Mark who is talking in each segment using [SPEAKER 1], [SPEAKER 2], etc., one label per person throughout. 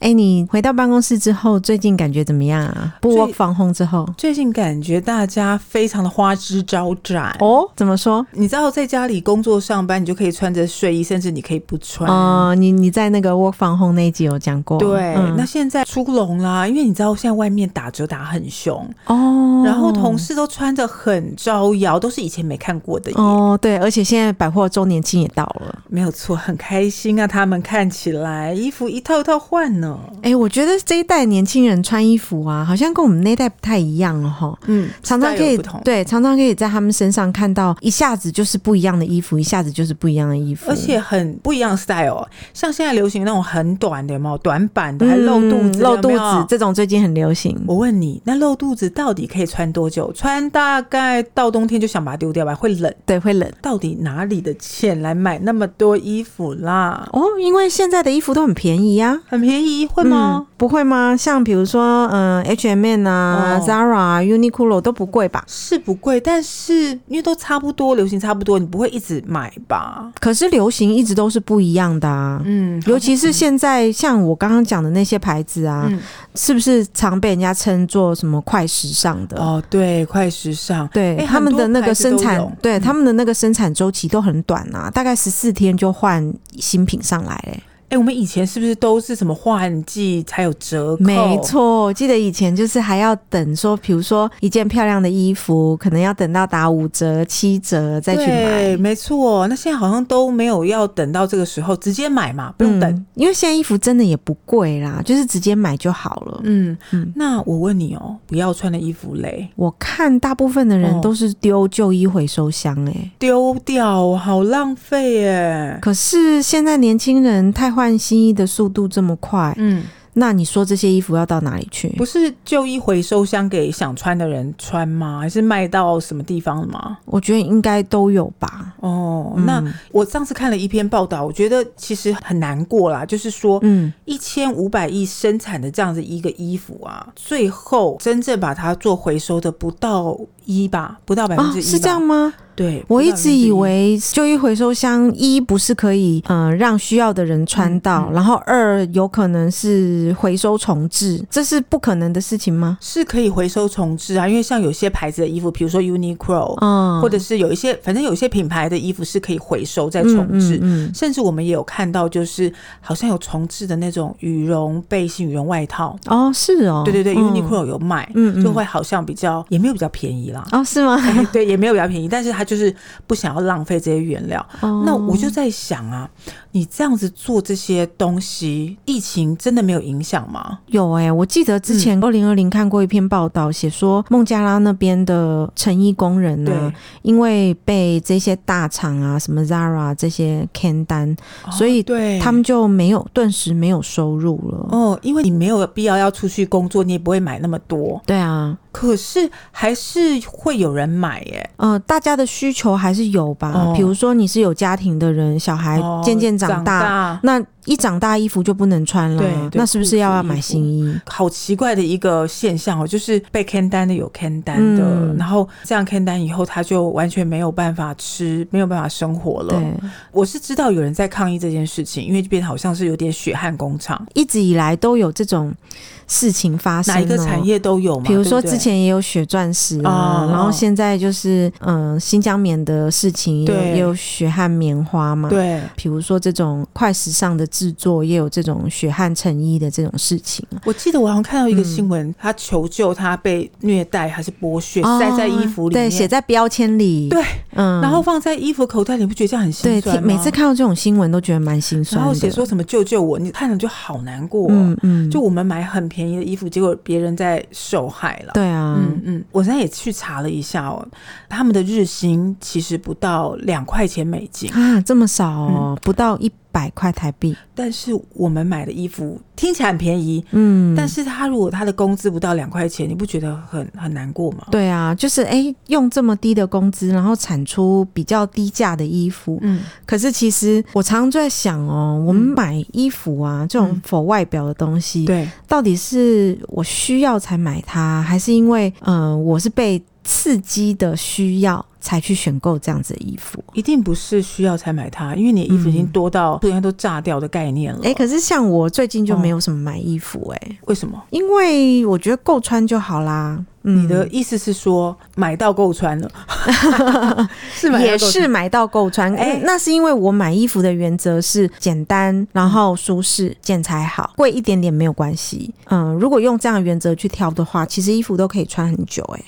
[SPEAKER 1] 哎、你回到办公室之后，最近感觉怎么样啊？不
[SPEAKER 2] 最
[SPEAKER 1] work from home 之后，
[SPEAKER 2] 最近感觉大家非常的花枝招展。
[SPEAKER 1] 哦，怎么说？
[SPEAKER 2] 你知道，在家里工作上班，你就可以穿着睡衣，甚至你可以不穿。
[SPEAKER 1] 哦、你你在那个 work from home 那一集有讲过，
[SPEAKER 2] 对，
[SPEAKER 1] 嗯
[SPEAKER 2] 那现在出笼啦，因为你知道现在外面打折打很凶，
[SPEAKER 1] 哦，
[SPEAKER 2] 然后同事都穿着很招摇，都是以前没看过的耶，
[SPEAKER 1] 哦，对，而且现在百货周年庆也到了。
[SPEAKER 2] 没有错，很开心啊！他们看起来衣服一套一套换呢，
[SPEAKER 1] 哎、我觉得这一代年轻人穿衣服啊，好像跟我们那一代不太一样了哦哈。
[SPEAKER 2] 嗯，
[SPEAKER 1] 常常可
[SPEAKER 2] style
[SPEAKER 1] 以
[SPEAKER 2] 不同。
[SPEAKER 1] 对，常常可以在他们身上看到一下子就是不一样的衣服，一下子就是不一样的衣服，
[SPEAKER 2] 而且很不一样的 style，哦像现在流行那种很短的嘛，短版的，
[SPEAKER 1] 嗯
[SPEAKER 2] 还露肚子，
[SPEAKER 1] 露
[SPEAKER 2] 有
[SPEAKER 1] 肚
[SPEAKER 2] 没有
[SPEAKER 1] 子这种最近很流行。
[SPEAKER 2] 我问你，那露肚子到底可以穿多久？穿大概到冬天就想把它丢掉吧，会冷。
[SPEAKER 1] 对，会冷
[SPEAKER 2] 到底哪里的钱来买那么多衣服啦？
[SPEAKER 1] 哦，因为现在的衣服都很便宜呀、
[SPEAKER 2] 很便宜，会
[SPEAKER 1] 会
[SPEAKER 2] 吗？
[SPEAKER 1] 不会吗？像比如说，嗯、h M N 啊、
[SPEAKER 2] 哦
[SPEAKER 1] Zara 啊、Uniqlo 都不贵吧？
[SPEAKER 2] 是不贵，但是因为都差不多，流行差不多，你不会一直买吧？
[SPEAKER 1] 可是流行一直都是不一样的啊。
[SPEAKER 2] 嗯，
[SPEAKER 1] 尤其是现在，像我刚刚讲的那些牌子啊，
[SPEAKER 2] 嗯
[SPEAKER 1] 是不是常被人家称作什么快时尚的？
[SPEAKER 2] 哦，对，快时尚，
[SPEAKER 1] 对、
[SPEAKER 2] 哎
[SPEAKER 1] 他们的那个生
[SPEAKER 2] 很
[SPEAKER 1] 产
[SPEAKER 2] 多牌子，都有嗯
[SPEAKER 1] 对、他们的那个生产周期都很短啊，大概十四天就换新品上来嘞、
[SPEAKER 2] 哎、我们以前是不是都是什么换季才有折
[SPEAKER 1] 欸
[SPEAKER 2] 扣？
[SPEAKER 1] 没错，我记得以前就是还要等说，比如说一件漂亮的衣服，可能要等到打五折、七折再去买。
[SPEAKER 2] 对，没错。那现在好像都没有要等到这个时候，直接买嘛，不用等。
[SPEAKER 1] 嗯，因为现在衣服真的也不贵啦，就是直接买就好了。
[SPEAKER 2] 嗯，
[SPEAKER 1] 嗯
[SPEAKER 2] 那我问你哦，不要穿的衣服嘞，
[SPEAKER 1] 我看大部分的人
[SPEAKER 2] 哦
[SPEAKER 1] 都是丢旧衣回收箱、欸，哎、
[SPEAKER 2] 丢掉好浪费耶。
[SPEAKER 1] 可是现在年轻人太换新衣的速度这么快，
[SPEAKER 2] 嗯，
[SPEAKER 1] 那你说这些衣服要到哪里去？
[SPEAKER 2] 不是旧衣回收箱给想穿的人穿吗？还是卖到什么地方了吗？
[SPEAKER 1] 我觉得应该都有吧。
[SPEAKER 2] 哦，那
[SPEAKER 1] 嗯
[SPEAKER 2] 我上次看了一篇报道，我觉得其实很难过啦，就是说
[SPEAKER 1] 嗯，
[SPEAKER 2] 一千五百亿生产的这样子一个衣服啊，最后真正把它做回收的不到一吧，不到百分
[SPEAKER 1] 啊，
[SPEAKER 2] 之一，
[SPEAKER 1] 是这样？吗？
[SPEAKER 2] 对，
[SPEAKER 1] 我一
[SPEAKER 2] 不到
[SPEAKER 1] 直以
[SPEAKER 2] 1%
[SPEAKER 1] 为旧衣回收箱一不是可以嗯、呃让需要的人穿到，
[SPEAKER 2] 嗯
[SPEAKER 1] 然后二有可能是回收重置，这是不可能的事情吗？
[SPEAKER 2] 是可以回收重置啊，因为像有些牌子的衣服，比如说 Uniqlo，、
[SPEAKER 1] 嗯，
[SPEAKER 2] 或者是有一些，反正有一些品牌的衣服是可以回收再重置。
[SPEAKER 1] 嗯嗯嗯
[SPEAKER 2] 甚至我们也有看到，就是好像有重置的那种羽绒背心、羽绒外套，
[SPEAKER 1] 哦，是哦，
[SPEAKER 2] 对对对、
[SPEAKER 1] 嗯
[SPEAKER 2] u n i q l o 有卖，
[SPEAKER 1] 嗯嗯
[SPEAKER 2] 就会好像比较也没有比较便宜啦，
[SPEAKER 1] 哦，是吗？
[SPEAKER 2] 哎对，也没有比较便宜，但是他就是不想要浪费这些原料。
[SPEAKER 1] 哦
[SPEAKER 2] 那我就在想啊，你这样子做这些东西，疫情真的没有影响吗？
[SPEAKER 1] 有哎、我记得之前二零二零看过一篇报道，写说孟加拉那边的成衣工人呢、
[SPEAKER 2] 对，
[SPEAKER 1] 因为被这些大厂啊，什么 Zara 这些 can 单，所以
[SPEAKER 2] 哦对
[SPEAKER 1] 他们就没有顿时没有收入了。
[SPEAKER 2] 哦，因为你没有必要要出去工作，你也不会买那么多，
[SPEAKER 1] 对啊，
[SPEAKER 2] 可是还是会有人买耶。
[SPEAKER 1] 呃，大家的需求还是有吧。
[SPEAKER 2] 哦
[SPEAKER 1] 比如说你是有家庭的人，小孩
[SPEAKER 2] 哦
[SPEAKER 1] 渐渐长大，
[SPEAKER 2] 大
[SPEAKER 1] 那一长大衣服就不能穿了，
[SPEAKER 2] 对对
[SPEAKER 1] 那是不是要要买新衣？
[SPEAKER 2] 好奇怪的一个现象哦，就是被 can 单的有 can 单的，
[SPEAKER 1] 嗯
[SPEAKER 2] 然后这样 can 单以后，他就完全没有办法吃，没有办法生活了。
[SPEAKER 1] 对，
[SPEAKER 2] 我是知道有人在抗议这件事情，因为就变得好像是有点血汗工厂，
[SPEAKER 1] 一直以来都有这种事情发生、哦。
[SPEAKER 2] 哪一个产？业都有嘛。
[SPEAKER 1] 比如说
[SPEAKER 2] 对不对
[SPEAKER 1] 之前也有血钻石啊，
[SPEAKER 2] 哦
[SPEAKER 1] 然后现在就是嗯、呃新疆棉的事情也有
[SPEAKER 2] 对
[SPEAKER 1] 也有血汗棉花嘛。。
[SPEAKER 2] 对
[SPEAKER 1] 比如说这种快时尚的制作，也有这种血汗成衣的这种事情。
[SPEAKER 2] 我记得我好像看到一个新闻，
[SPEAKER 1] 嗯
[SPEAKER 2] 他求救，他被虐待还是剥削，塞在衣服里
[SPEAKER 1] 哦对，
[SPEAKER 2] 面，
[SPEAKER 1] 写在标签里，
[SPEAKER 2] 对，
[SPEAKER 1] 嗯
[SPEAKER 2] 然后放在衣服口袋里，你不觉得这样很心
[SPEAKER 1] 对，
[SPEAKER 2] 酸吗？
[SPEAKER 1] 听每次看到这种新闻都觉得蛮心酸
[SPEAKER 2] 啊然
[SPEAKER 1] 的。
[SPEAKER 2] 后写说什么“救救我”，你看了就好难过、
[SPEAKER 1] 嗯嗯，
[SPEAKER 2] 就我们买很便宜的衣服，结果别人在受害了。
[SPEAKER 1] 对啊，
[SPEAKER 2] 嗯嗯，我现在也去查了一下哦，他们的日薪其实不到两块钱美金。嗯
[SPEAKER 1] 啊，这么少哦，不到一百块台币。
[SPEAKER 2] 但是我们买的衣服听起来很便宜，
[SPEAKER 1] 嗯，
[SPEAKER 2] 但是他如果他的工资不到两块钱，你不觉得很很难过吗？
[SPEAKER 1] 对啊，就是哎、诶用这么低的工资，然后产出比较低价的衣服。
[SPEAKER 2] 嗯，
[SPEAKER 1] 可是其实我常常就在想哦，我们买衣服啊，这种
[SPEAKER 2] 嗯
[SPEAKER 1] 否外表的东西，
[SPEAKER 2] 对，
[SPEAKER 1] 到底是我需要才买它，还是因为呃我是被刺激的需要才去选购这样子的衣服？
[SPEAKER 2] 一定不是需要才买它，因为你的衣服已经多到应该都炸掉的概念了。
[SPEAKER 1] 哎、可是像我最近就没有什么买衣服哎、
[SPEAKER 2] 为什么？
[SPEAKER 1] 因为我觉得够穿就好啦。嗯
[SPEAKER 2] 你的意思是说买到够 穿了，是买到
[SPEAKER 1] 也
[SPEAKER 2] 够穿
[SPEAKER 1] 是买到够穿，哎、
[SPEAKER 2] 哎
[SPEAKER 1] 那是因为我买衣服的原则是简单，然后舒适，剪裁好，贵一点点没有关系。嗯，如果用这样的原则去挑的话，其实衣服都可以穿很久、哎，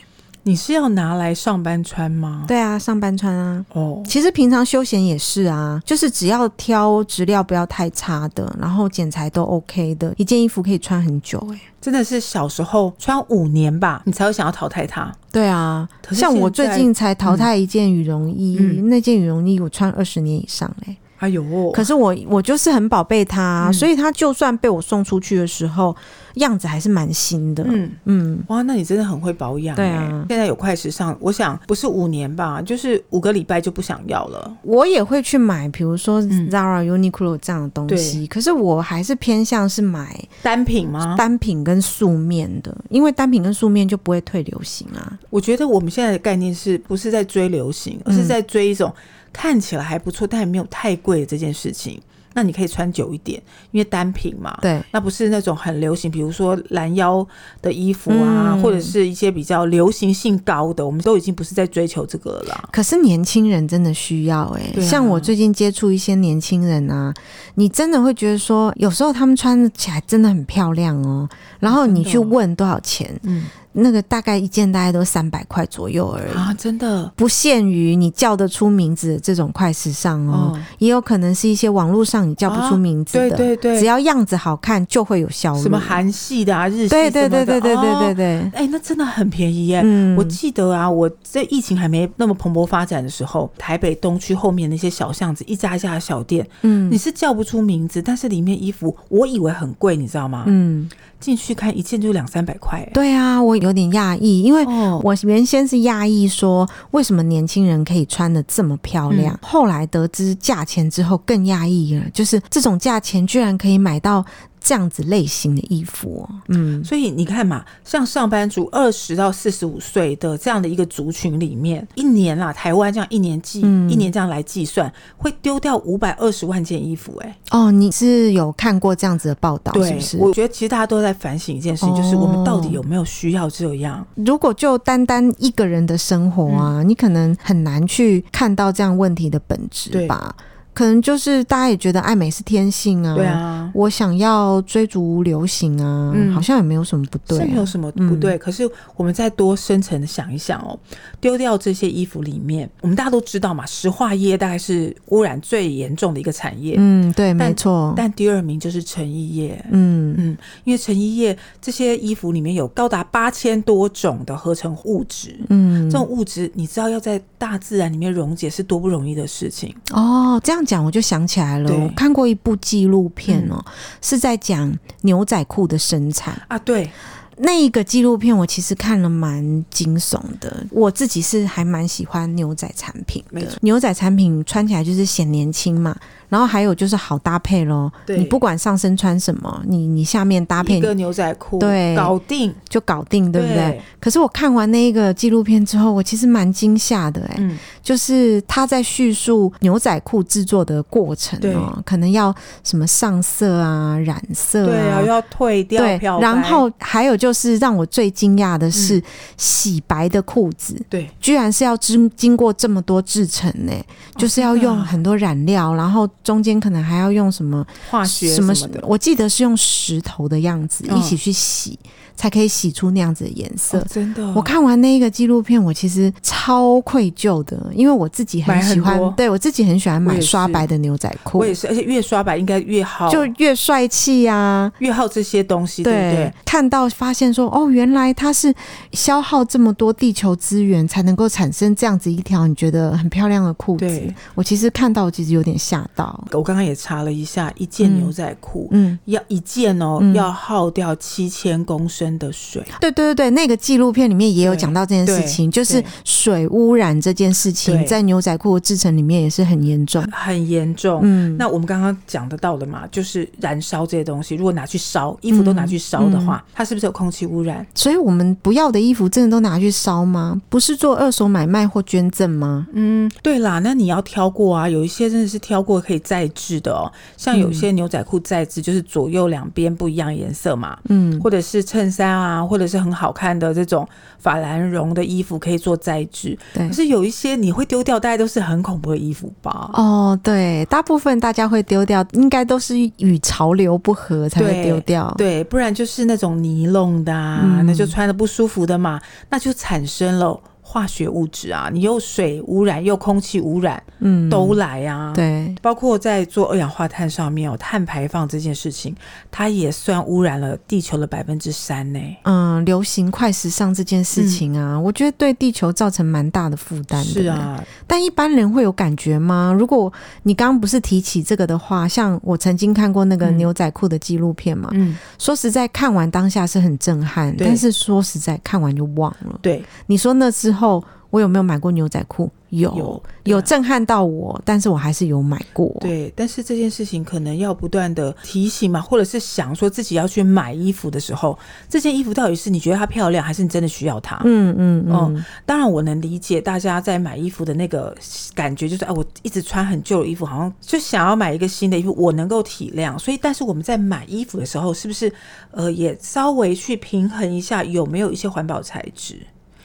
[SPEAKER 2] 你是要拿来上班穿吗？
[SPEAKER 1] 对啊，上班穿啊，
[SPEAKER 2] 哦，
[SPEAKER 1] 其实平常休闲也是啊，就是只要挑质量不要太差的，然后剪裁都 OK 的，一件衣服可以穿很久、哎，
[SPEAKER 2] 真的是小时候穿五年吧，你才会想要淘汰它。
[SPEAKER 1] 对啊，
[SPEAKER 2] 可是
[SPEAKER 1] 像我
[SPEAKER 2] 现
[SPEAKER 1] 最
[SPEAKER 2] 在
[SPEAKER 1] 近才淘汰一件羽绒衣，
[SPEAKER 2] 嗯
[SPEAKER 1] 那件羽绒衣我穿二十年以上嘞、哎
[SPEAKER 2] 哎呦，
[SPEAKER 1] 可是我我就是很宝贝它
[SPEAKER 2] 嗯
[SPEAKER 1] 啊、所以它就算被我送出去的时候，样子还是蛮新的。嗯
[SPEAKER 2] 嗯，哇，那你真的很会保养、欸。
[SPEAKER 1] 对啊
[SPEAKER 2] 现在有快时尚，我想不是五年吧，就是五个礼拜就不想要了。
[SPEAKER 1] 我也会去买，比如说
[SPEAKER 2] 嗯
[SPEAKER 1] Zara、Uniqlo 这样的东西，可是我还是偏向是买
[SPEAKER 2] 单品吗？
[SPEAKER 1] 单品跟素面的，因为单品跟素面就不会退流行啊。
[SPEAKER 2] 我觉得我们现在的概念是不是在追流
[SPEAKER 1] 嗯
[SPEAKER 2] 行，而是在追一种看起来还不错，但也没有太贵的这件事情。那你可以穿久一点，因为单品嘛。
[SPEAKER 1] 对，
[SPEAKER 2] 那不是那种很流行，比如说拦腰的衣服啊，
[SPEAKER 1] 嗯
[SPEAKER 2] 或者是一些比较流行性高的，我们都已经不是在追求这个了啦。
[SPEAKER 1] 可是年轻人真的需要哎、
[SPEAKER 2] 对啊
[SPEAKER 1] 像我最近接触一些年轻人啊，你真的会觉得说，有时候他们穿起来真的很漂亮哦，然后你
[SPEAKER 2] 真的哦
[SPEAKER 1] 去问多少钱，
[SPEAKER 2] 嗯
[SPEAKER 1] 那个大概一件大概都三百块左右而已。
[SPEAKER 2] 啊，真的
[SPEAKER 1] 不限于你叫得出名字的这种快时尚哦，
[SPEAKER 2] 哦，
[SPEAKER 1] 也有可能是一些网络上你叫不出名字
[SPEAKER 2] 对
[SPEAKER 1] 的，
[SPEAKER 2] 对对，
[SPEAKER 1] 只要样子好看就会有销路。
[SPEAKER 2] 什么韩系的啊，日系
[SPEAKER 1] 哦对对
[SPEAKER 2] 什
[SPEAKER 1] 对
[SPEAKER 2] 么
[SPEAKER 1] 对
[SPEAKER 2] 的
[SPEAKER 1] 对对对
[SPEAKER 2] 哦
[SPEAKER 1] 对，
[SPEAKER 2] 哎、那真的很便宜耶、
[SPEAKER 1] 嗯
[SPEAKER 2] 我记得啊，我在疫情还没那么蓬勃发展的时候，台北东区后面那些小巷子，一家一家的小店，你
[SPEAKER 1] 嗯
[SPEAKER 2] 是叫不出名字，但是里面衣服我以为很贵，你知道吗？
[SPEAKER 1] 嗯，
[SPEAKER 2] 进去看一件就两三百块、哎
[SPEAKER 1] 对啊，我有点讶异，因为
[SPEAKER 2] 哦，
[SPEAKER 1] 我原先是讶异说，为什么年轻人可以穿的这么漂亮？
[SPEAKER 2] 嗯
[SPEAKER 1] 后来得知价钱之后，更讶异了，就是这种价钱居然可以买到这样子类型的衣服、哦。嗯，
[SPEAKER 2] 所以你看嘛，像上班族二十到四十五岁的这样的一个族群里面，一年啦，台湾这样一年计、
[SPEAKER 1] 嗯
[SPEAKER 2] 一年这样来计算，会丢掉五百二十万件衣服、哎。
[SPEAKER 1] 哦，你是有看过这样子的报道，
[SPEAKER 2] 对，
[SPEAKER 1] 是不是？哦
[SPEAKER 2] 我觉得其实大家都在反省一件事情，就是我们到底有没有需要这样？
[SPEAKER 1] 如果就单单一个人的生活啊，
[SPEAKER 2] 嗯
[SPEAKER 1] 你可能很难去看到这样问题的本质
[SPEAKER 2] 对
[SPEAKER 1] 吧。可能就是大家也觉得爱美是天性啊，
[SPEAKER 2] 对，啊，
[SPEAKER 1] 我想要追逐流行啊，
[SPEAKER 2] 嗯
[SPEAKER 1] 好像也没有什么不对、
[SPEAKER 2] 是
[SPEAKER 1] 啊，
[SPEAKER 2] 没有什么不对。可是我们再多深层的想一想哦，丢掉这些衣服里面，我们大家都知道嘛，石化业大概是污染最严重的一个产业，
[SPEAKER 1] 嗯，对，
[SPEAKER 2] 但
[SPEAKER 1] 没错，
[SPEAKER 2] 但第二名就是成衣业。
[SPEAKER 1] 嗯
[SPEAKER 2] 嗯，因为成衣业这些衣服里面有高达八千多种的合成物质，
[SPEAKER 1] 嗯
[SPEAKER 2] 这，种物质你知道要在大自然里面溶解是多不容易的事情。
[SPEAKER 1] 哦，这样讲我就想起来了，
[SPEAKER 2] 对嗯
[SPEAKER 1] 我看过一部纪录片哦，是在讲牛仔裤的生产。
[SPEAKER 2] 啊，对，
[SPEAKER 1] 那一个纪录片我其实看了蛮惊悚的，我自己是还蛮喜欢牛仔产品
[SPEAKER 2] 没
[SPEAKER 1] 的
[SPEAKER 2] 错。
[SPEAKER 1] 牛仔产品穿起来就是显年轻嘛，然后还有就是好搭配咯。
[SPEAKER 2] 对
[SPEAKER 1] 你不管上身穿什么，你你下面搭
[SPEAKER 2] 一
[SPEAKER 1] 配
[SPEAKER 2] 个牛仔裤，
[SPEAKER 1] 对
[SPEAKER 2] 搞定，
[SPEAKER 1] 就搞定，对不哎对？？可是我看完那一个纪录片之后，我其实蛮惊吓的、欸，哎、
[SPEAKER 2] 嗯
[SPEAKER 1] 就是他在叙述牛仔裤制作的过程哦，可能要什么上色啊、染色
[SPEAKER 2] 对啊，又要退掉
[SPEAKER 1] 对，
[SPEAKER 2] 漂白，嗯
[SPEAKER 1] 然后还有就是让我最惊讶的是，洗白的裤子
[SPEAKER 2] 对
[SPEAKER 1] 居然是要经经过这么多制成呢、就是要
[SPEAKER 2] 真的啊
[SPEAKER 1] 用很多染料，然后中间可能还要用什么
[SPEAKER 2] 化学
[SPEAKER 1] 什么
[SPEAKER 2] 的，
[SPEAKER 1] 我记得是用石头的样子
[SPEAKER 2] 嗯
[SPEAKER 1] 一起去洗，才可以洗出那样子的颜色
[SPEAKER 2] 哦。真的，
[SPEAKER 1] 我看完那一个纪录片，我其实超愧疚的，因为我自己很
[SPEAKER 2] 买很
[SPEAKER 1] 喜欢
[SPEAKER 2] 多，
[SPEAKER 1] 对我自己很喜欢
[SPEAKER 2] 我
[SPEAKER 1] 买
[SPEAKER 2] 也是
[SPEAKER 1] 刷白的牛仔裤
[SPEAKER 2] 我，也是，而且越刷白应该越好，
[SPEAKER 1] 就越帅气呀、啊。
[SPEAKER 2] 越好这些东西，
[SPEAKER 1] 对
[SPEAKER 2] 对不对？
[SPEAKER 1] 看到发现说，哦，原来它是消耗这么多地球资源才能够产生这样子一条你觉得很漂亮的裤子
[SPEAKER 2] 对。
[SPEAKER 1] 我其实看到，其实有点吓到。好，
[SPEAKER 2] 我刚刚也查了一下，一件
[SPEAKER 1] 嗯
[SPEAKER 2] 牛仔裤、
[SPEAKER 1] 嗯。
[SPEAKER 2] 要一件哦，
[SPEAKER 1] 嗯
[SPEAKER 2] 要耗掉七千公升的水。
[SPEAKER 1] 对对对对，那个纪录片里面也有
[SPEAKER 2] 对
[SPEAKER 1] 讲到这件事情，
[SPEAKER 2] 对
[SPEAKER 1] 就是
[SPEAKER 2] 对
[SPEAKER 1] 水污染这件事情，
[SPEAKER 2] 对
[SPEAKER 1] 在牛仔裤的制成里面也是很严重。
[SPEAKER 2] 很严重。
[SPEAKER 1] 嗯，
[SPEAKER 2] 那我们刚刚讲得到的嘛，就是燃烧这些东西，如果拿去烧，衣服都
[SPEAKER 1] 嗯
[SPEAKER 2] 拿去烧的话，它是不是有空气污染？
[SPEAKER 1] 所以我们不要的衣服真的都拿去烧吗？不是做二手买卖或捐赠吗？
[SPEAKER 2] 嗯，对啦，那你要挑过啊，有一些真的是挑过可以再制的哦，像有
[SPEAKER 1] 嗯
[SPEAKER 2] 些牛仔裤再制就是左右两边不一样颜色嘛，
[SPEAKER 1] 嗯，
[SPEAKER 2] 或者是衬衫啊，或者是很好看的这种法兰绒的衣服可以做再制，
[SPEAKER 1] 对
[SPEAKER 2] 可。是有一些你会丢掉，大概都是很恐怖的衣服吧？
[SPEAKER 1] 哦，对，大部分大家会丢掉，应该都是与潮流不合才会
[SPEAKER 2] 对
[SPEAKER 1] 丢掉。
[SPEAKER 2] 对，不然就是那种尼龙的、啊，
[SPEAKER 1] 嗯
[SPEAKER 2] 那就穿的不舒服的嘛，那就产生了化学物质啊，你又水污染又空气污染
[SPEAKER 1] 嗯，
[SPEAKER 2] 都来啊。
[SPEAKER 1] 对，
[SPEAKER 2] 包括在做二氧化碳上面哦，碳排放这件事情，它也算污染了地球的百分之三呢。
[SPEAKER 1] 嗯，流行快时尚这件事情啊，我觉得对地球造成蛮大的负担的。
[SPEAKER 2] 是，啊，
[SPEAKER 1] 但一般人会有感觉吗？如果你刚刚不是提起这个的话，像我曾经看过那个
[SPEAKER 2] 嗯
[SPEAKER 1] 牛仔裤的纪录片嘛，
[SPEAKER 2] 嗯，
[SPEAKER 1] 说实在，看完当下是很震撼，
[SPEAKER 2] 对
[SPEAKER 1] 但是说实在，看完就忘了。
[SPEAKER 2] 对，
[SPEAKER 1] 你说那之后我有没有买过牛仔裤？有，
[SPEAKER 2] 有
[SPEAKER 1] 有
[SPEAKER 2] 对啊
[SPEAKER 1] 震撼到我，但是我还是有买过。，
[SPEAKER 2] 对，但是这件事情可能要不断的提醒嘛，或者是想说自己要去买衣服的时候，这件衣服到底是你觉得它漂亮，还是你真的需要它？
[SPEAKER 1] 嗯嗯
[SPEAKER 2] 哦
[SPEAKER 1] 嗯，
[SPEAKER 2] 当然，我能理解大家在买衣服的那个感觉，就是哎，我一直穿很旧的衣服，好像就想要买一个新的衣服，我能够体谅。所以，但是我们在买衣服的时候，是不是呃也稍微去平衡一下，有没有一些环保材质，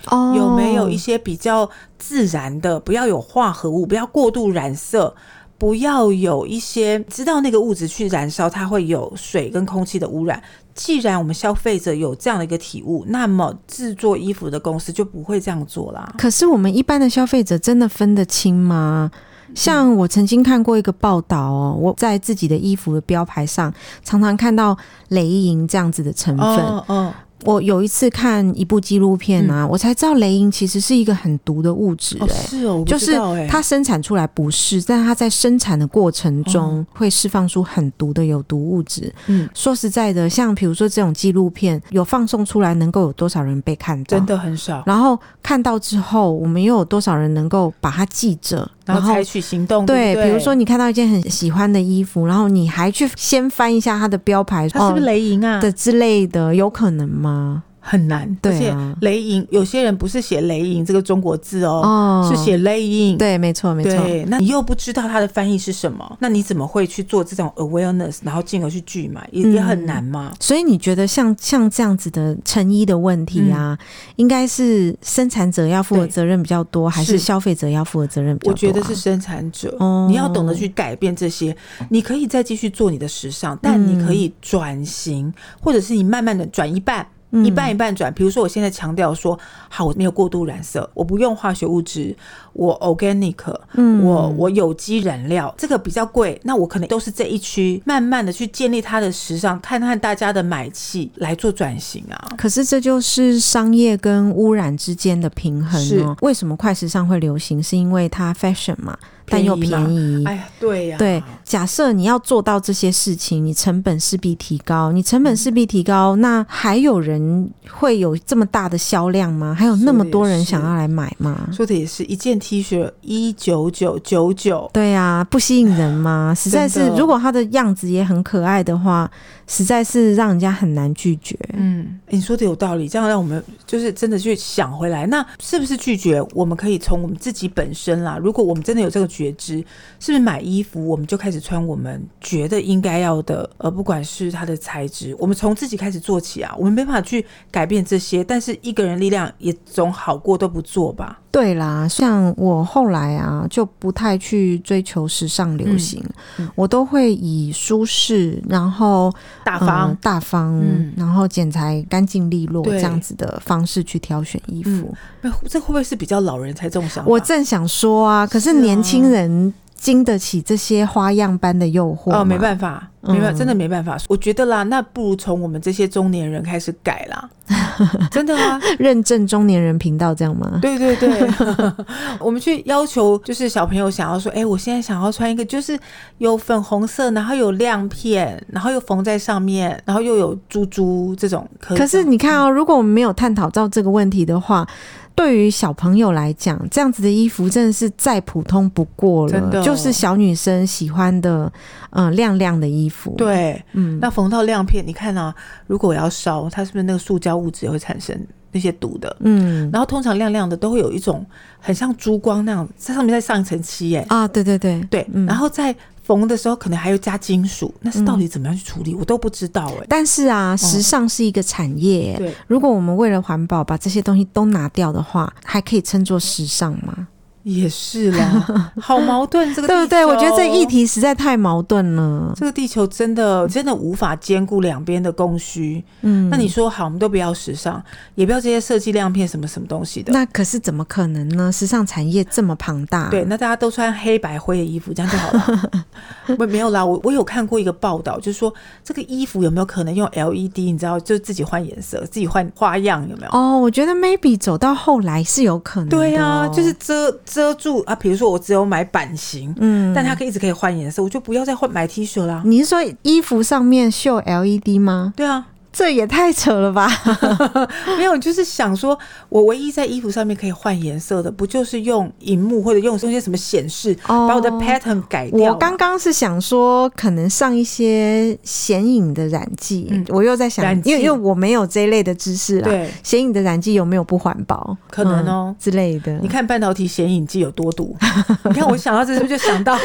[SPEAKER 1] 哦，
[SPEAKER 2] 有没有一些比较自然的，不要有化合物，不要过度染色。不要有一些知道那个物质去燃烧，它会有水跟空气的污染。既然我们消费者有这样的一个体悟，那么制作衣服的公司就不会这样做啦。
[SPEAKER 1] 可是我们一般的消费者真的分得清吗？
[SPEAKER 2] 嗯
[SPEAKER 1] 像我曾经看过一个报道哦，我在自己的衣服的标牌上常常看到雷银这样子的成分。
[SPEAKER 2] 哦哦，
[SPEAKER 1] 我有一次看一部纪录片啊，我才知道雷银其实是一个很毒的物质、
[SPEAKER 2] 哦
[SPEAKER 1] 欸
[SPEAKER 2] 是哦，我不
[SPEAKER 1] 就是
[SPEAKER 2] 知道欸
[SPEAKER 1] 它生产出来不是，但它在生产的过程
[SPEAKER 2] 哦
[SPEAKER 1] 中会释放出很毒的有毒物质。
[SPEAKER 2] 嗯，
[SPEAKER 1] 说实在的，像比如说这种纪录片有放送出来，能够有多少人被看到？
[SPEAKER 2] 真的很少，
[SPEAKER 1] 然后看到之后，我们又有多少人能够把它记着？
[SPEAKER 2] 然
[SPEAKER 1] 然
[SPEAKER 2] 后
[SPEAKER 1] 后
[SPEAKER 2] 采取行动，
[SPEAKER 1] 对，
[SPEAKER 2] 对不对，
[SPEAKER 1] 比如说你看到一件很喜欢的衣服，然后你还去先翻一下它的标牌，
[SPEAKER 2] 它是不是雷银啊？
[SPEAKER 1] 哦的之类的，有可能吗？
[SPEAKER 2] 很难，而
[SPEAKER 1] 对
[SPEAKER 2] 且
[SPEAKER 1] 啊，
[SPEAKER 2] 雷银有些人不是写雷银这个中国字哦，
[SPEAKER 1] 哦
[SPEAKER 2] 是写雷银。
[SPEAKER 1] 对，没错，没错。
[SPEAKER 2] 对，那你又不知道它的翻译是什么，那你怎么会去做这种 awareness，然后进而去拒买，也、也很难嘛？
[SPEAKER 1] 所以你觉得像像这样子的成衣的问题啊，应该是生产者要负的
[SPEAKER 2] 嗯对
[SPEAKER 1] 责任比较多，还是
[SPEAKER 2] 是
[SPEAKER 1] 消费者要负的责任比较
[SPEAKER 2] 我
[SPEAKER 1] 多、啊
[SPEAKER 2] 觉得是，生产者，
[SPEAKER 1] 哦
[SPEAKER 2] 你要懂得去改变这些。你可以再继续做你的时尚，但你可以转型，或者是你慢慢的转一半，
[SPEAKER 1] 嗯
[SPEAKER 2] 一半一半转。比如说，我现在强调说，好，我没有过度染色，我不用化学物质，我 organic，
[SPEAKER 1] 嗯
[SPEAKER 2] 我我有机燃料，这个比较贵，那我可能都是这一区，慢慢的去建立它的时尚，看看大家的买气来做转型啊。
[SPEAKER 1] 可是这就是商业跟污染之间的平衡哦。为什么快时尚会流行？是因为它 fashion 嘛，但又便
[SPEAKER 2] 便
[SPEAKER 1] 宜。
[SPEAKER 2] 哎呀，对呀、
[SPEAKER 1] 嗯对，假设你要做到这些事情，你成本势必提高，你成本势必提高，那还有人会有这么大的销量吗？还有那么多人想要来买吗？
[SPEAKER 2] 说的也是一件 T 恤一九九九九，
[SPEAKER 1] 对啊，不吸引人吗？实在是
[SPEAKER 2] 真，的
[SPEAKER 1] 如果它的样子也很可爱的话，实在是让人家很难拒绝。
[SPEAKER 2] 嗯，你说的有道理，这样让我们就是真的去想回来，那是不是拒绝？我们可以从我们自己本身啦，如果我们真的有这个觉知，是不是买衣服我们就开始穿我们觉得应该要的，呃，不管是它的材质，我们从自己开始做起啊。我们没办法去改变这些，但是一个人力量也总好过都不做吧。
[SPEAKER 1] 对啦，像我后来啊，就不太去追求时尚流行，
[SPEAKER 2] 嗯嗯
[SPEAKER 1] 我都会以舒适，然后
[SPEAKER 2] 大方，
[SPEAKER 1] 呃大方，
[SPEAKER 2] 嗯
[SPEAKER 1] 然后剪裁干净利落
[SPEAKER 2] 对
[SPEAKER 1] 这样子的方式去挑选衣服。
[SPEAKER 2] 那这会不会是比较老人才这种想法？
[SPEAKER 1] 我正想说啊，可是
[SPEAKER 2] 是啊
[SPEAKER 1] 年轻人经得起这些花样般的诱惑
[SPEAKER 2] 哦，没
[SPEAKER 1] 法，
[SPEAKER 2] 办法，没办法，
[SPEAKER 1] 嗯
[SPEAKER 2] 真的没办法。我觉得啦，那不如从我们这些中年人开始改啦。 真的啊，
[SPEAKER 1] 认证中年人频道这样吗？
[SPEAKER 2] 对对对， 我们去要求就是小朋友想要说，哎、我现在想要穿一个就是有粉红色，然后有亮片，然后又缝在上面，然后又有珠珠这种可以
[SPEAKER 1] 可是
[SPEAKER 2] 这样
[SPEAKER 1] 你看哦，如果我们没有探讨到这个问题的话，对于小朋友来讲，这样子的衣服真的是再普通不过
[SPEAKER 2] 真的
[SPEAKER 1] 了，
[SPEAKER 2] 哦
[SPEAKER 1] 就是小女生喜欢的，嗯、亮亮的衣服。，
[SPEAKER 2] 对，
[SPEAKER 1] 嗯，
[SPEAKER 2] 那缝到亮片，你看啊，如果我要烧，它是不是那个塑胶物质也会产生那些毒的？
[SPEAKER 1] 嗯
[SPEAKER 2] 然后通常亮亮的都会有一种很像珠光那样，在上面再上一层漆耶、
[SPEAKER 1] 啊，对对对
[SPEAKER 2] 对，
[SPEAKER 1] 嗯
[SPEAKER 2] 然后在缝的时候可能还有加金属，那是到底怎么样去处理，我都不知道哎、
[SPEAKER 1] 但是啊，时尚是一个产业、
[SPEAKER 2] 对，
[SPEAKER 1] 如果我们为了环保把这些东西都拿掉的话，还可以称作时尚吗？
[SPEAKER 2] 也是 啦，好矛盾，这个
[SPEAKER 1] 对不对？
[SPEAKER 2] 地球
[SPEAKER 1] 我觉得这议，题实在太矛盾了。
[SPEAKER 2] 这个地球真的真的无法兼顾两边的供需。
[SPEAKER 1] 嗯，
[SPEAKER 2] 那你说好，我们都不要时尚，也不要这些设计亮片什么什么东西的。
[SPEAKER 1] 那可是怎么可能呢？时尚产业这么庞大，
[SPEAKER 2] 对，那大家都穿黑白灰的衣服，这样就好了。 没没有啦，我我有看过一个报道，就是说这个衣服有没有可能用 LED，你知道，就自己换颜色，自己换花样，有没有？
[SPEAKER 1] 哦，我觉得 maybe 走到后来是有可能的哦、
[SPEAKER 2] 对啊，就是遮遮住啊。比如说我只有买版型，
[SPEAKER 1] 嗯，
[SPEAKER 2] 但它可以一直可以换颜色，我就不要再换买 T 恤啦。
[SPEAKER 1] 你是说衣服上面绣 LED 吗？
[SPEAKER 2] 对啊，
[SPEAKER 1] 这也太扯了吧！
[SPEAKER 2] 没有，就是想说，我唯一在衣服上面可以换颜色的，不就是用荧幕或者用用些什么显示，
[SPEAKER 1] 哦
[SPEAKER 2] 把我的 pattern 改掉吗？
[SPEAKER 1] 我刚刚是想说，可能上一些显影的染剂，
[SPEAKER 2] 嗯
[SPEAKER 1] 我又在想
[SPEAKER 2] 染，剂
[SPEAKER 1] 因为因为我没有这一类的知识啦。
[SPEAKER 2] 对，
[SPEAKER 1] 显影的染剂有没有不环保？
[SPEAKER 2] 可能
[SPEAKER 1] 嗯
[SPEAKER 2] 哦
[SPEAKER 1] 之类的。
[SPEAKER 2] 你看半导体显影剂有多毒？你看我想到这是不是就 想到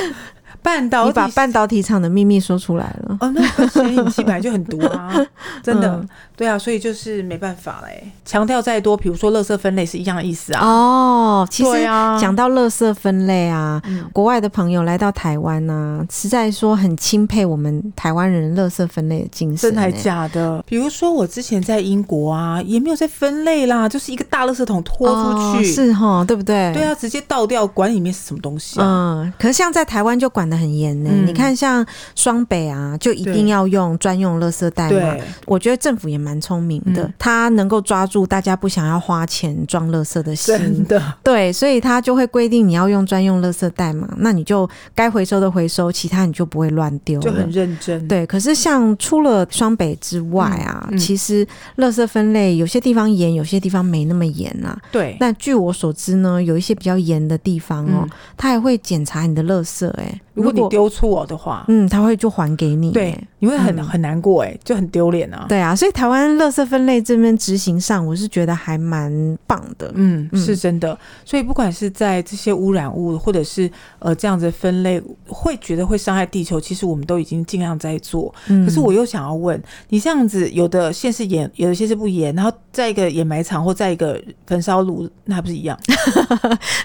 [SPEAKER 2] 半导
[SPEAKER 1] 你
[SPEAKER 2] 体？
[SPEAKER 1] 把半导体厂的秘密说出来了。
[SPEAKER 2] 哦，那个显影剂本来就很毒 啊，真的。
[SPEAKER 1] 嗯
[SPEAKER 2] 对啊，所以就是没办法嘞。强调再多，比如说垃圾分类是一样的意思啊。
[SPEAKER 1] 哦，其实
[SPEAKER 2] 对啊，
[SPEAKER 1] 讲到垃圾分类啊，
[SPEAKER 2] 嗯
[SPEAKER 1] 国外的朋友来到台湾呢、实在说很钦佩我们台湾人垃圾分类的精神、
[SPEAKER 2] 真的还
[SPEAKER 1] 欸。
[SPEAKER 2] 假的？比如说我之前在英国啊，也没有在分类啦，就是一个大垃圾桶拖出
[SPEAKER 1] 哦
[SPEAKER 2] 去，
[SPEAKER 1] 是哈，对不对？
[SPEAKER 2] 对。啊，直接倒掉，管里面是什么东西啊？
[SPEAKER 1] 嗯，可是像在台湾就管得很严呢、
[SPEAKER 2] 嗯
[SPEAKER 1] 你看，像双北啊，就一定
[SPEAKER 2] 对
[SPEAKER 1] 要用专用垃圾袋嘛
[SPEAKER 2] 对。，
[SPEAKER 1] 我觉得政府也蛮聪明的
[SPEAKER 2] 嗯，
[SPEAKER 1] 他、能够抓住大家不想要花钱装垃圾的
[SPEAKER 2] 真
[SPEAKER 1] 心。
[SPEAKER 2] 的，
[SPEAKER 1] 对，所以他就会规定你要用专用垃圾袋嘛，那你就该回收的回收，其他你就不会乱丢
[SPEAKER 2] 就
[SPEAKER 1] 了
[SPEAKER 2] 很。认真。
[SPEAKER 1] 对，可是像除了双北之外啊，
[SPEAKER 2] 嗯嗯
[SPEAKER 1] 其实垃圾分类有些地方严，有些地方没那么严啊。
[SPEAKER 2] 对，
[SPEAKER 1] 但据我所知呢，有一些比较严的地方哦，
[SPEAKER 2] 嗯
[SPEAKER 1] 他还会检查你的垃圾、欸，哎，
[SPEAKER 2] 如果你，丢错的话，
[SPEAKER 1] 嗯，他会就还给你、
[SPEAKER 2] 对
[SPEAKER 1] 欸，
[SPEAKER 2] 你会很、
[SPEAKER 1] 嗯
[SPEAKER 2] 很难过哎，就很丢脸啊。
[SPEAKER 1] 对啊，所以台湾垃圾分类这边执行上，我是觉得还蛮棒的。
[SPEAKER 2] 嗯，
[SPEAKER 1] 嗯
[SPEAKER 2] 是真的。所以不管是在这些污染物，或者是呃这样子分类，会觉得会伤害地球，其实我们都已经尽量在做。
[SPEAKER 1] 嗯
[SPEAKER 2] 可是我又想要问，你这样子，有的县是盐，有的县是不盐，然后在一个掩埋场或在一个焚烧炉，那还不是一样？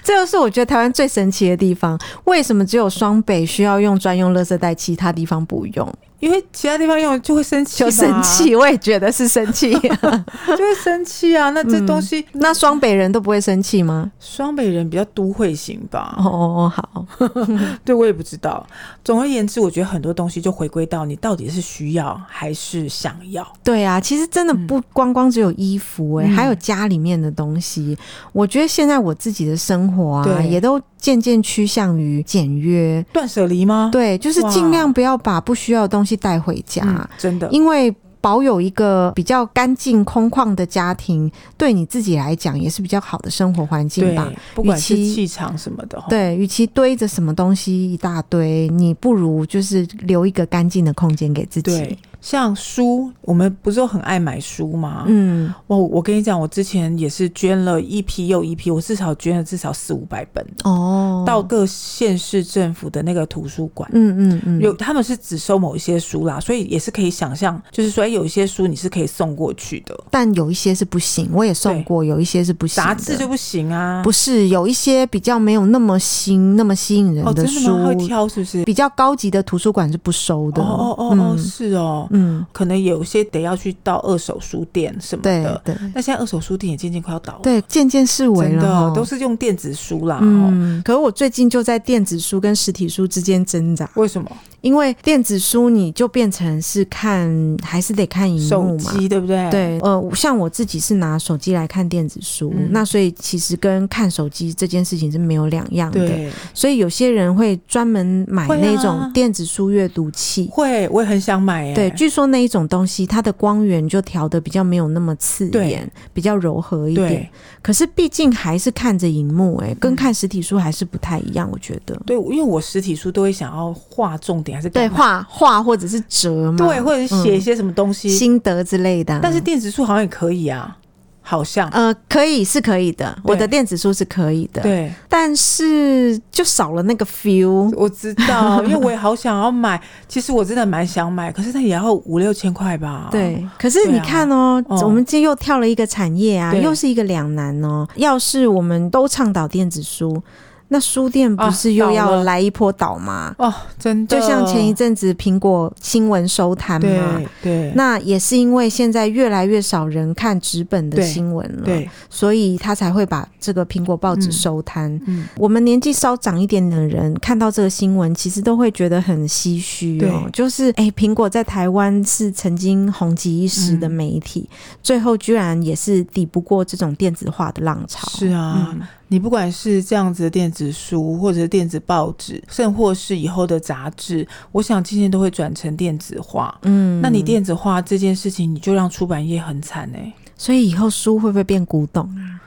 [SPEAKER 1] 这就是我觉得台湾最神奇的地方，为什么只有双北需要用专用垃圾袋，其他地方不用？
[SPEAKER 2] 因为其他地方用就会生气，
[SPEAKER 1] 就生，气，我也觉得是生 气。
[SPEAKER 2] 就会生气啊。那这东西，
[SPEAKER 1] 那双北人都不会生气吗？
[SPEAKER 2] 双北人比较都会型吧？
[SPEAKER 1] 哦哦，哦，好，
[SPEAKER 2] 对我也不知道。总而言之，我觉得很多东西就回归到你到底是需要还是想要。
[SPEAKER 1] 对啊，其实真的不光光只有衣服、欸，哎、
[SPEAKER 2] 嗯
[SPEAKER 1] 还有家里面的东西。我觉得现在我自己的生活啊，
[SPEAKER 2] 对
[SPEAKER 1] 也都渐渐趋向于简约，
[SPEAKER 2] 断舍离吗？
[SPEAKER 1] 对，就是
[SPEAKER 2] 哇
[SPEAKER 1] 尽量不要把不需要的东西带回家。
[SPEAKER 2] 嗯，真的，
[SPEAKER 1] 啊因为保有一个比较干净空旷的家庭，对你自己来讲也是比较好的生活环境
[SPEAKER 2] 对
[SPEAKER 1] 吧。，
[SPEAKER 2] 不管
[SPEAKER 1] 与
[SPEAKER 2] 是
[SPEAKER 1] 其
[SPEAKER 2] 气场什么的，吼，
[SPEAKER 1] 对，与其堆着什么东西一大堆，你不如就是留一个干净的空间给自己
[SPEAKER 2] 对。，像书，我们不是都很爱买书吗？
[SPEAKER 1] 嗯，
[SPEAKER 2] 哇，我跟你讲，我之前也是捐了一批又一批，我至少捐了至少四五百本、
[SPEAKER 1] 哦，
[SPEAKER 2] 到各县市政府的那个图书馆。
[SPEAKER 1] 嗯嗯嗯，
[SPEAKER 2] 有他们是只收某一些书啦，所以也是可以想象，就是说，哎，有一些书你是可以送过去的，
[SPEAKER 1] 但有一些是不行，我也送
[SPEAKER 2] 对
[SPEAKER 1] 过，有一些是不行的。
[SPEAKER 2] 杂志就不行啊。
[SPEAKER 1] 不是有一些比较没有那么新、那么吸引人
[SPEAKER 2] 哦，真
[SPEAKER 1] 书，
[SPEAKER 2] 的吗？他会挑是不是？
[SPEAKER 1] 比较高级的图书馆是不收的。
[SPEAKER 2] 哦哦哦哦，是哦，
[SPEAKER 1] 嗯，
[SPEAKER 2] 可能有些得要去到二手书店什么
[SPEAKER 1] 对
[SPEAKER 2] 的。
[SPEAKER 1] 对
[SPEAKER 2] 那现在二手书店也渐渐快要倒了，
[SPEAKER 1] 对，嗯渐渐视为
[SPEAKER 2] 真
[SPEAKER 1] 了
[SPEAKER 2] 的
[SPEAKER 1] 齁
[SPEAKER 2] 都是用
[SPEAKER 1] 啊
[SPEAKER 2] 电子书啦。哦
[SPEAKER 1] 嗯，可是我最近就在电子书跟实体书之间挣扎，
[SPEAKER 2] 为什么？
[SPEAKER 1] 因为电子书你就变成是看，还是得看荧
[SPEAKER 2] 手
[SPEAKER 1] 幕嘛。
[SPEAKER 2] 机对不对？，
[SPEAKER 1] 对，呃，像我自己是拿手机来看电子书，
[SPEAKER 2] 嗯
[SPEAKER 1] 那所以其实跟看手机这件事情是没有两样的。
[SPEAKER 2] 对，
[SPEAKER 1] 所以有些人会专门买
[SPEAKER 2] 会啊
[SPEAKER 1] 那种电子书阅读器，
[SPEAKER 2] 会，我也很想买哎耶。
[SPEAKER 1] 对，据说那一种东西它的光源就调的比较没有那么刺
[SPEAKER 2] 对
[SPEAKER 1] 眼，比较柔和一点
[SPEAKER 2] 对。
[SPEAKER 1] 可是毕竟还是看着荧幕、欸，跟看实体书还是不太一样，我觉得。
[SPEAKER 2] 对，因为我实体书都会想要画重点，还是
[SPEAKER 1] 对，
[SPEAKER 2] 干嘛
[SPEAKER 1] 画画或者是折嘛，
[SPEAKER 2] 对，或者是写一
[SPEAKER 1] 嗯
[SPEAKER 2] 些什么东西。
[SPEAKER 1] 心得之类的啊、
[SPEAKER 2] 但是电子书好像也可以啊，好像
[SPEAKER 1] 呃，可以是可以的，
[SPEAKER 2] 对
[SPEAKER 1] 我的电子书是可以的，
[SPEAKER 2] 对，
[SPEAKER 1] 但是就少了那个 feel。
[SPEAKER 2] 我知道，因为我也好想要买。 其实我真的蛮想买，可是那也要五六千块吧？
[SPEAKER 1] 对，可是你看哦，
[SPEAKER 2] 对啊哦
[SPEAKER 1] 我们今天又跳了一个产业啊，
[SPEAKER 2] 对
[SPEAKER 1] 又是一个两难哦。要是我们都倡导电子书，那书店不
[SPEAKER 2] 啊
[SPEAKER 1] 是又
[SPEAKER 2] 倒
[SPEAKER 1] 要
[SPEAKER 2] 了
[SPEAKER 1] 来一波倒吗？
[SPEAKER 2] 哦，真的，
[SPEAKER 1] 就像前一阵子苹果新闻收摊嘛
[SPEAKER 2] 对，对
[SPEAKER 1] 那也是因为现在越来越少人看纸本的
[SPEAKER 2] 对
[SPEAKER 1] 新闻了，
[SPEAKER 2] 对，
[SPEAKER 1] 所以他才会把这个苹果报纸
[SPEAKER 2] 嗯
[SPEAKER 1] 收摊。
[SPEAKER 2] 嗯，
[SPEAKER 1] 我们年纪稍长一点的人看到这个新闻，其实都会觉得很唏嘘哦。
[SPEAKER 2] 对
[SPEAKER 1] 就是哎，诶苹、果在台湾是曾经红极一时
[SPEAKER 2] 嗯
[SPEAKER 1] 的媒体，最后居然也是抵不过这种电子化的浪潮。
[SPEAKER 2] 是啊，
[SPEAKER 1] 嗯，
[SPEAKER 2] 你不管是这样子的电子书，或者是电子报纸，甚或是以后的杂志，我想今年都会转成电子化。
[SPEAKER 1] 嗯
[SPEAKER 2] 那你电子化这件事情，你就让出版业很惨哎、
[SPEAKER 1] 所以以后书会不会变古董啊？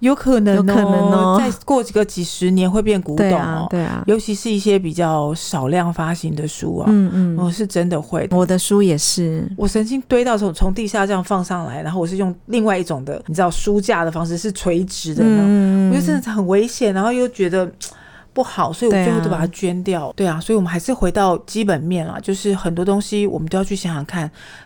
[SPEAKER 2] 有可能、哦，
[SPEAKER 1] 有可能哦
[SPEAKER 2] 再过几个几十年会变古董
[SPEAKER 1] 对
[SPEAKER 2] 哦
[SPEAKER 1] 啊，，对啊，
[SPEAKER 2] 尤其是一些比较少量发行的书啊，
[SPEAKER 1] 嗯嗯，
[SPEAKER 2] 我是真的会。
[SPEAKER 1] 我的书也是。
[SPEAKER 2] 我曾经堆到从从地下这样放上来，然后我是用另外一种的，你知道书架的方式是垂直的那种，
[SPEAKER 1] 嗯
[SPEAKER 2] 我觉得真的很危险，然后又觉得。不好，所以我
[SPEAKER 1] 对啊
[SPEAKER 2] 最后都把它捐掉。对啊，所以我们还是回到基本面啦，就是很多东西我们都要去想想看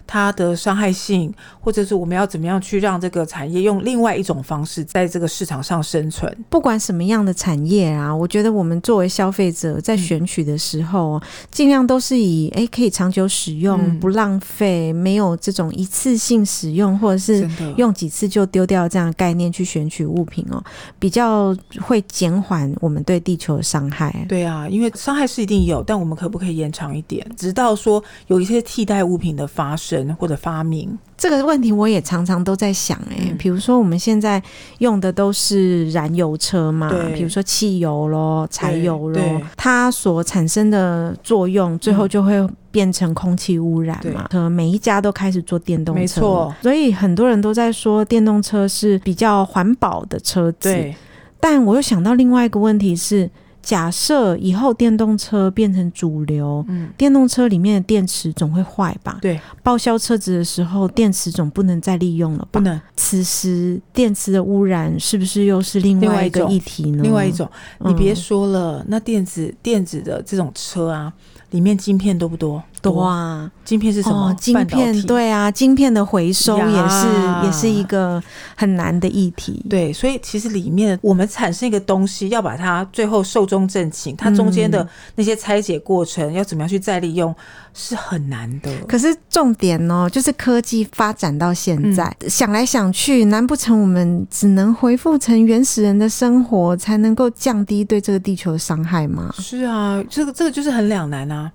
[SPEAKER 2] 它的伤害性，或者是我们要怎么样去让这个产业用另外一种方式在这个市场上生存。
[SPEAKER 1] 不管什么样的产业啊，我觉得我们作为消费者在
[SPEAKER 2] 嗯
[SPEAKER 1] 选取的时候，哦尽量都是以诶可以长久使用、
[SPEAKER 2] 嗯
[SPEAKER 1] 不浪费、没有这种一次性使用或者是
[SPEAKER 2] 真的，
[SPEAKER 1] 用几次就丢掉这样的概念去选取物品哦，比较会减缓我们对地球的伤害。
[SPEAKER 2] 对啊，因为伤害是一定有，但我们可不可以延长一点，直到说有一些替代物品的发生或者发明？
[SPEAKER 1] 这个问题我也常常都在想、诶，
[SPEAKER 2] 嗯
[SPEAKER 1] 比如说我们现在用的都是燃油车嘛，
[SPEAKER 2] 对
[SPEAKER 1] 比如说汽油咯、柴油咯
[SPEAKER 2] 对嗯对，
[SPEAKER 1] 它所产生的作用，最后就会变成空气污染嘛。可能每一家都开始做电动车，
[SPEAKER 2] 没错
[SPEAKER 1] 所以很多人都在说电动车是比较环保的车子。，但我又想到另外一个问题是，假设以后电动车变成主流，
[SPEAKER 2] 嗯，
[SPEAKER 1] 电动车里面的电池总会坏吧？
[SPEAKER 2] 对，
[SPEAKER 1] 报销车子的时候，电池总不能再利用了吧？
[SPEAKER 2] 不。能。
[SPEAKER 1] 此时电池的污染是不是又是另
[SPEAKER 2] 另
[SPEAKER 1] 外
[SPEAKER 2] 外
[SPEAKER 1] 一
[SPEAKER 2] 一
[SPEAKER 1] 个
[SPEAKER 2] 种
[SPEAKER 1] 议题呢？
[SPEAKER 2] 另外一，种，
[SPEAKER 1] 嗯
[SPEAKER 2] 你别说了，那电子电子的这种车啊，里面晶片多不多？
[SPEAKER 1] 多，啊，
[SPEAKER 2] 晶片是什么？
[SPEAKER 1] 哦，晶
[SPEAKER 2] 半导
[SPEAKER 1] 片
[SPEAKER 2] 体。
[SPEAKER 1] 对啊，晶片的回收也是
[SPEAKER 2] 呀
[SPEAKER 1] 也是一个很难的议题。
[SPEAKER 2] 对，所以其实里面我们产生一个东西，要把它最后寿终正寝，它中间
[SPEAKER 1] 嗯
[SPEAKER 2] 的那些拆解过程，要怎么样去再利用，是很难的。
[SPEAKER 1] 可是重点哦，就是科技发展到现在，
[SPEAKER 2] 嗯
[SPEAKER 1] 想来想去，难不成我们只能回复成原始人的生活，才能够降低对这个地球的伤害吗？
[SPEAKER 2] 是啊，这个这个就是很两难啊。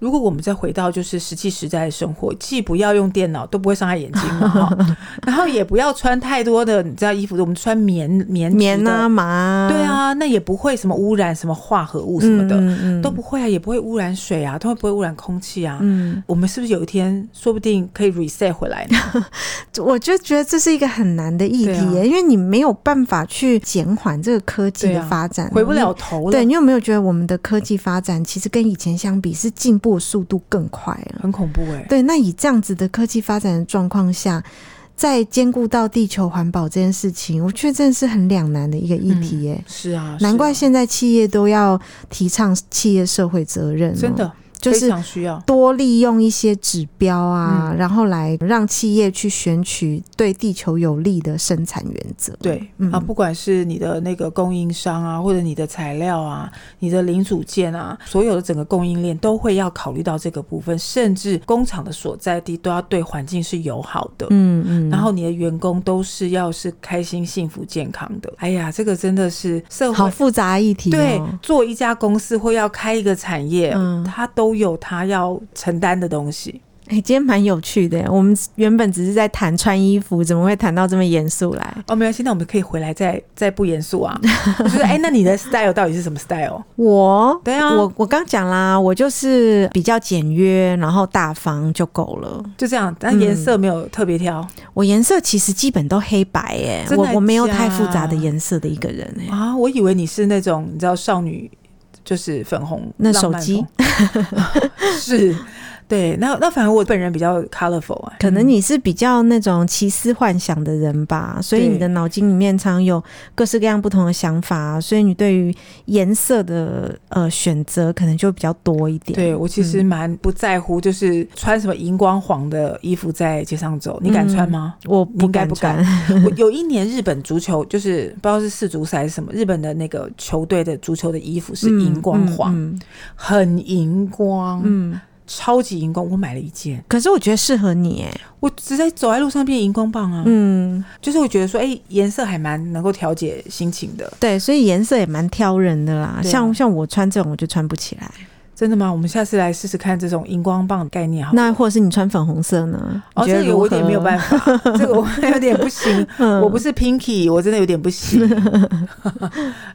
[SPEAKER 2] 如果我们再回到就是实际实在的生活，既不要用电脑，都不会伤害眼睛 嘛哈，然后也不要穿太多的你知道衣服，我们穿棉棉质
[SPEAKER 1] 棉
[SPEAKER 2] 的
[SPEAKER 1] 啊，麻啊
[SPEAKER 2] 对，啊，那也不会什么污染什么化合物什么的，
[SPEAKER 1] 嗯嗯
[SPEAKER 2] 都不会啊，也不会污染水啊，都不会污染空气啊。
[SPEAKER 1] 嗯，
[SPEAKER 2] 我们是不是有一天说不定可以 reset 回来 呢？
[SPEAKER 1] 我就觉得这是一个很难的议题
[SPEAKER 2] 对啊
[SPEAKER 1] 耶、因为你没有办法去减缓这个科技
[SPEAKER 2] 对
[SPEAKER 1] 的
[SPEAKER 2] 啊
[SPEAKER 1] 发展，哦
[SPEAKER 2] 回不了头
[SPEAKER 1] 你。
[SPEAKER 2] 了，
[SPEAKER 1] 对，你有没有觉得我们的科技发展其实跟以前相比是进步速度更快了？
[SPEAKER 2] 很恐怖哎、
[SPEAKER 1] 对，那以这样子的科技发展的状况下，在兼顾到地球环保这件事情，我觉得真的是很两难的一个议题耶。
[SPEAKER 2] 是啊，
[SPEAKER 1] 难怪
[SPEAKER 2] 是
[SPEAKER 1] 现在企业都要提倡企业社会责任、
[SPEAKER 2] 啊真，的
[SPEAKER 1] 就
[SPEAKER 2] 非
[SPEAKER 1] 是
[SPEAKER 2] 常需要。
[SPEAKER 1] 多利用一些指标啊，然后来让企业去选取对地球有利的生产原则。
[SPEAKER 2] 对、
[SPEAKER 1] 嗯
[SPEAKER 2] 啊，不管是你的那个供应商啊，或者你的材料啊、你的零组件啊，所有的整个供应链都会要考虑到这个部分，甚至工厂的所在地都要对环境是友好的。
[SPEAKER 1] 嗯嗯，
[SPEAKER 2] 然后你的员工都是要是开心、幸福、健康的。哎呀，这个真的是社
[SPEAKER 1] 好
[SPEAKER 2] 会
[SPEAKER 1] 复杂议题、哦。
[SPEAKER 2] 对做一家公司或要开一个产业，
[SPEAKER 1] 嗯
[SPEAKER 2] 它都都有他要承担的东西。
[SPEAKER 1] 哎、今天蛮有趣的。我们原本只是在谈穿衣服，怎么会谈到这么严肃来？
[SPEAKER 2] 哦，没关系，那我们可以回来再再不严肃 啊。就是哎、那你的 style 到底是什么 style？
[SPEAKER 1] 我，
[SPEAKER 2] 对啊
[SPEAKER 1] 我我刚讲啦，我就是比较简约，然后大方就够了。
[SPEAKER 2] 就这样，但颜色没有特别挑、
[SPEAKER 1] 我颜色其实基本都黑白耶、
[SPEAKER 2] 真的
[SPEAKER 1] 我我没有
[SPEAKER 2] 假
[SPEAKER 1] 太复杂的颜色的一个人哎、
[SPEAKER 2] 啊。我以为你是那种你知道少女，就是粉红
[SPEAKER 1] 那
[SPEAKER 2] 浪
[SPEAKER 1] 手
[SPEAKER 2] 漫
[SPEAKER 1] 机
[SPEAKER 2] 风 是，对。那那反而我本人比较 colorful 啊、
[SPEAKER 1] 可能你是比较那种奇思幻想的人吧，所以
[SPEAKER 2] 对
[SPEAKER 1] 你的脑筋里面常有各式各样不同的想法，所以你对于颜色的呃选择可能就比较多一点。
[SPEAKER 2] 对我其实
[SPEAKER 1] 嗯
[SPEAKER 2] 蛮不在乎，就是穿什么荧光黄的衣服在街上
[SPEAKER 1] 嗯
[SPEAKER 2] 走，你敢穿 吗？
[SPEAKER 1] 我
[SPEAKER 2] 你
[SPEAKER 1] 不
[SPEAKER 2] 应该
[SPEAKER 1] 敢
[SPEAKER 2] 不
[SPEAKER 1] 穿
[SPEAKER 2] 敢，我有一年日本足球就是不知道是世足赛还是什么，日本的那个球队的足球的衣服是荧光黄，
[SPEAKER 1] 嗯
[SPEAKER 2] 很荧光，
[SPEAKER 1] 嗯嗯
[SPEAKER 2] 超级荧光。我买了一件，
[SPEAKER 1] 可是我觉得适合你哎，
[SPEAKER 2] 我直接走在路上变荧光棒啊！
[SPEAKER 1] 嗯，
[SPEAKER 2] 就是我觉得说，哎、颜色还蛮能够调节心情的。
[SPEAKER 1] 对，所以颜色也蛮挑人的啦。
[SPEAKER 2] 对啊
[SPEAKER 1] 像像我穿这种我就穿不起来，
[SPEAKER 2] 真的吗？我们下次来试试看这种荧光棒的概念好了。
[SPEAKER 1] 那或者是你穿粉红色呢？
[SPEAKER 2] 哦，
[SPEAKER 1] 你觉
[SPEAKER 2] 这
[SPEAKER 1] 得
[SPEAKER 2] 个我有点没有办
[SPEAKER 1] 法，
[SPEAKER 2] 法，这个我有点不行。
[SPEAKER 1] 嗯
[SPEAKER 2] 我不是 Pinky，我真的有点不行。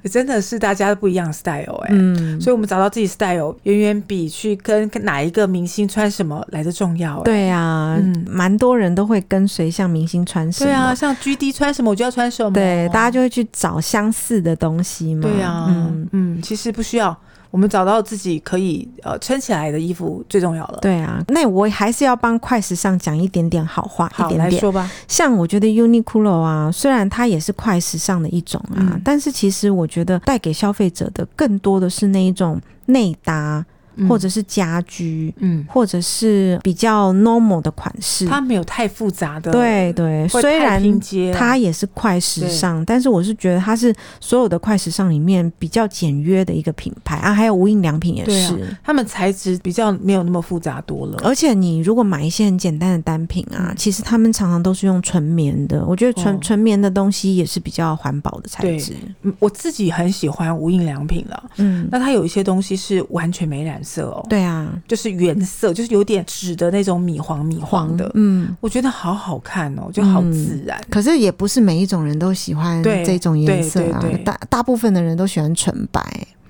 [SPEAKER 2] 真的是大家不一样 style 哎、
[SPEAKER 1] 嗯，
[SPEAKER 2] 所以我们找到自己 style，远远比去跟哪一个明星穿什么来的重要、哎，
[SPEAKER 1] 对啊
[SPEAKER 2] 嗯，
[SPEAKER 1] 蛮多人都会跟随像明星穿什么。
[SPEAKER 2] 对啊，像 GD 穿什么我就要穿什么，
[SPEAKER 1] 对，大家就会去找相似的东西嘛。
[SPEAKER 2] 对啊，嗯
[SPEAKER 1] 嗯，
[SPEAKER 2] 其实不需要，我们找到自己可以呃撑起来的衣服最重要了。
[SPEAKER 1] 对啊。那我还是要帮快时尚讲一点点好话，一
[SPEAKER 2] 好，
[SPEAKER 1] 点
[SPEAKER 2] 来
[SPEAKER 1] 点。
[SPEAKER 2] 说吧，
[SPEAKER 1] 像我觉得 Uniqlo 啊，虽然它也是快时尚的一种啊，
[SPEAKER 2] 嗯
[SPEAKER 1] 但是其实我觉得带给消费者的更多的是那一种内搭，
[SPEAKER 2] 嗯
[SPEAKER 1] 或者是家居，
[SPEAKER 2] 嗯，
[SPEAKER 1] 或者是比较 normal 的款式。
[SPEAKER 2] 它没有太复杂的，，
[SPEAKER 1] 对对，虽然
[SPEAKER 2] 拼接啊
[SPEAKER 1] 它也是快时尚，但是我是觉得它是所有的快时尚里面比较简约的一个品牌啊，还有无印良品也
[SPEAKER 2] 对啊
[SPEAKER 1] 是。
[SPEAKER 2] 他们材质比较没有那么复杂多了。
[SPEAKER 1] 而且你如果买一些很简单的单品啊，
[SPEAKER 2] 嗯
[SPEAKER 1] 其实他们常常都是用纯棉的，我觉得纯、
[SPEAKER 2] 哦
[SPEAKER 1] 纯棉的东西也是比较环保的材
[SPEAKER 2] 对
[SPEAKER 1] 质。
[SPEAKER 2] 嗯我自己很喜欢无印良品了，
[SPEAKER 1] 呃嗯，
[SPEAKER 2] 那它有一些东西是完全没染色哦，，
[SPEAKER 1] 对啊，
[SPEAKER 2] 就是原色，就是有点纸的那种米黄米黄的，
[SPEAKER 1] 嗯。
[SPEAKER 2] 我觉得好好看哦，就好自然。
[SPEAKER 1] 可是也不是每一种人都喜欢
[SPEAKER 2] 对
[SPEAKER 1] 这种颜色啊
[SPEAKER 2] 对对对，
[SPEAKER 1] 大大部分的人都喜欢纯白、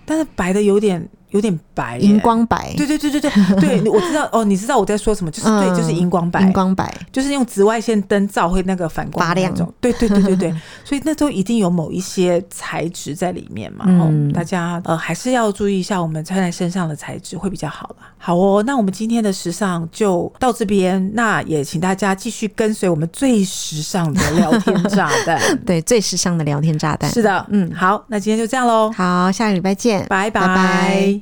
[SPEAKER 2] 但是白的有点有点白耶，
[SPEAKER 1] 荧。光白、
[SPEAKER 2] 对对对对对对，我知道哦，你知道我在说什么，就是
[SPEAKER 1] 嗯
[SPEAKER 2] 对，就是荧光白
[SPEAKER 1] 荧，光白。
[SPEAKER 2] 就是用紫外线灯照会那个反光
[SPEAKER 1] 发
[SPEAKER 2] 的那
[SPEAKER 1] 亮
[SPEAKER 2] 种。对对对对对， 所以那都一定有某一些材质在里面嘛。
[SPEAKER 1] 嗯
[SPEAKER 2] 哦，大家呃还是要注意一下我们穿在身上的材质会比较好啦。好哦，那我们今天的时尚就到这边，那也请大家继续跟随我们最时尚的聊天炸 弹。
[SPEAKER 1] 对，最时尚的聊天炸弹。
[SPEAKER 2] 是的，
[SPEAKER 1] 嗯
[SPEAKER 2] 嗯，好，那今天就这样喽，
[SPEAKER 1] 好，下个礼拜见，
[SPEAKER 2] 拜
[SPEAKER 1] 拜拜
[SPEAKER 2] 拜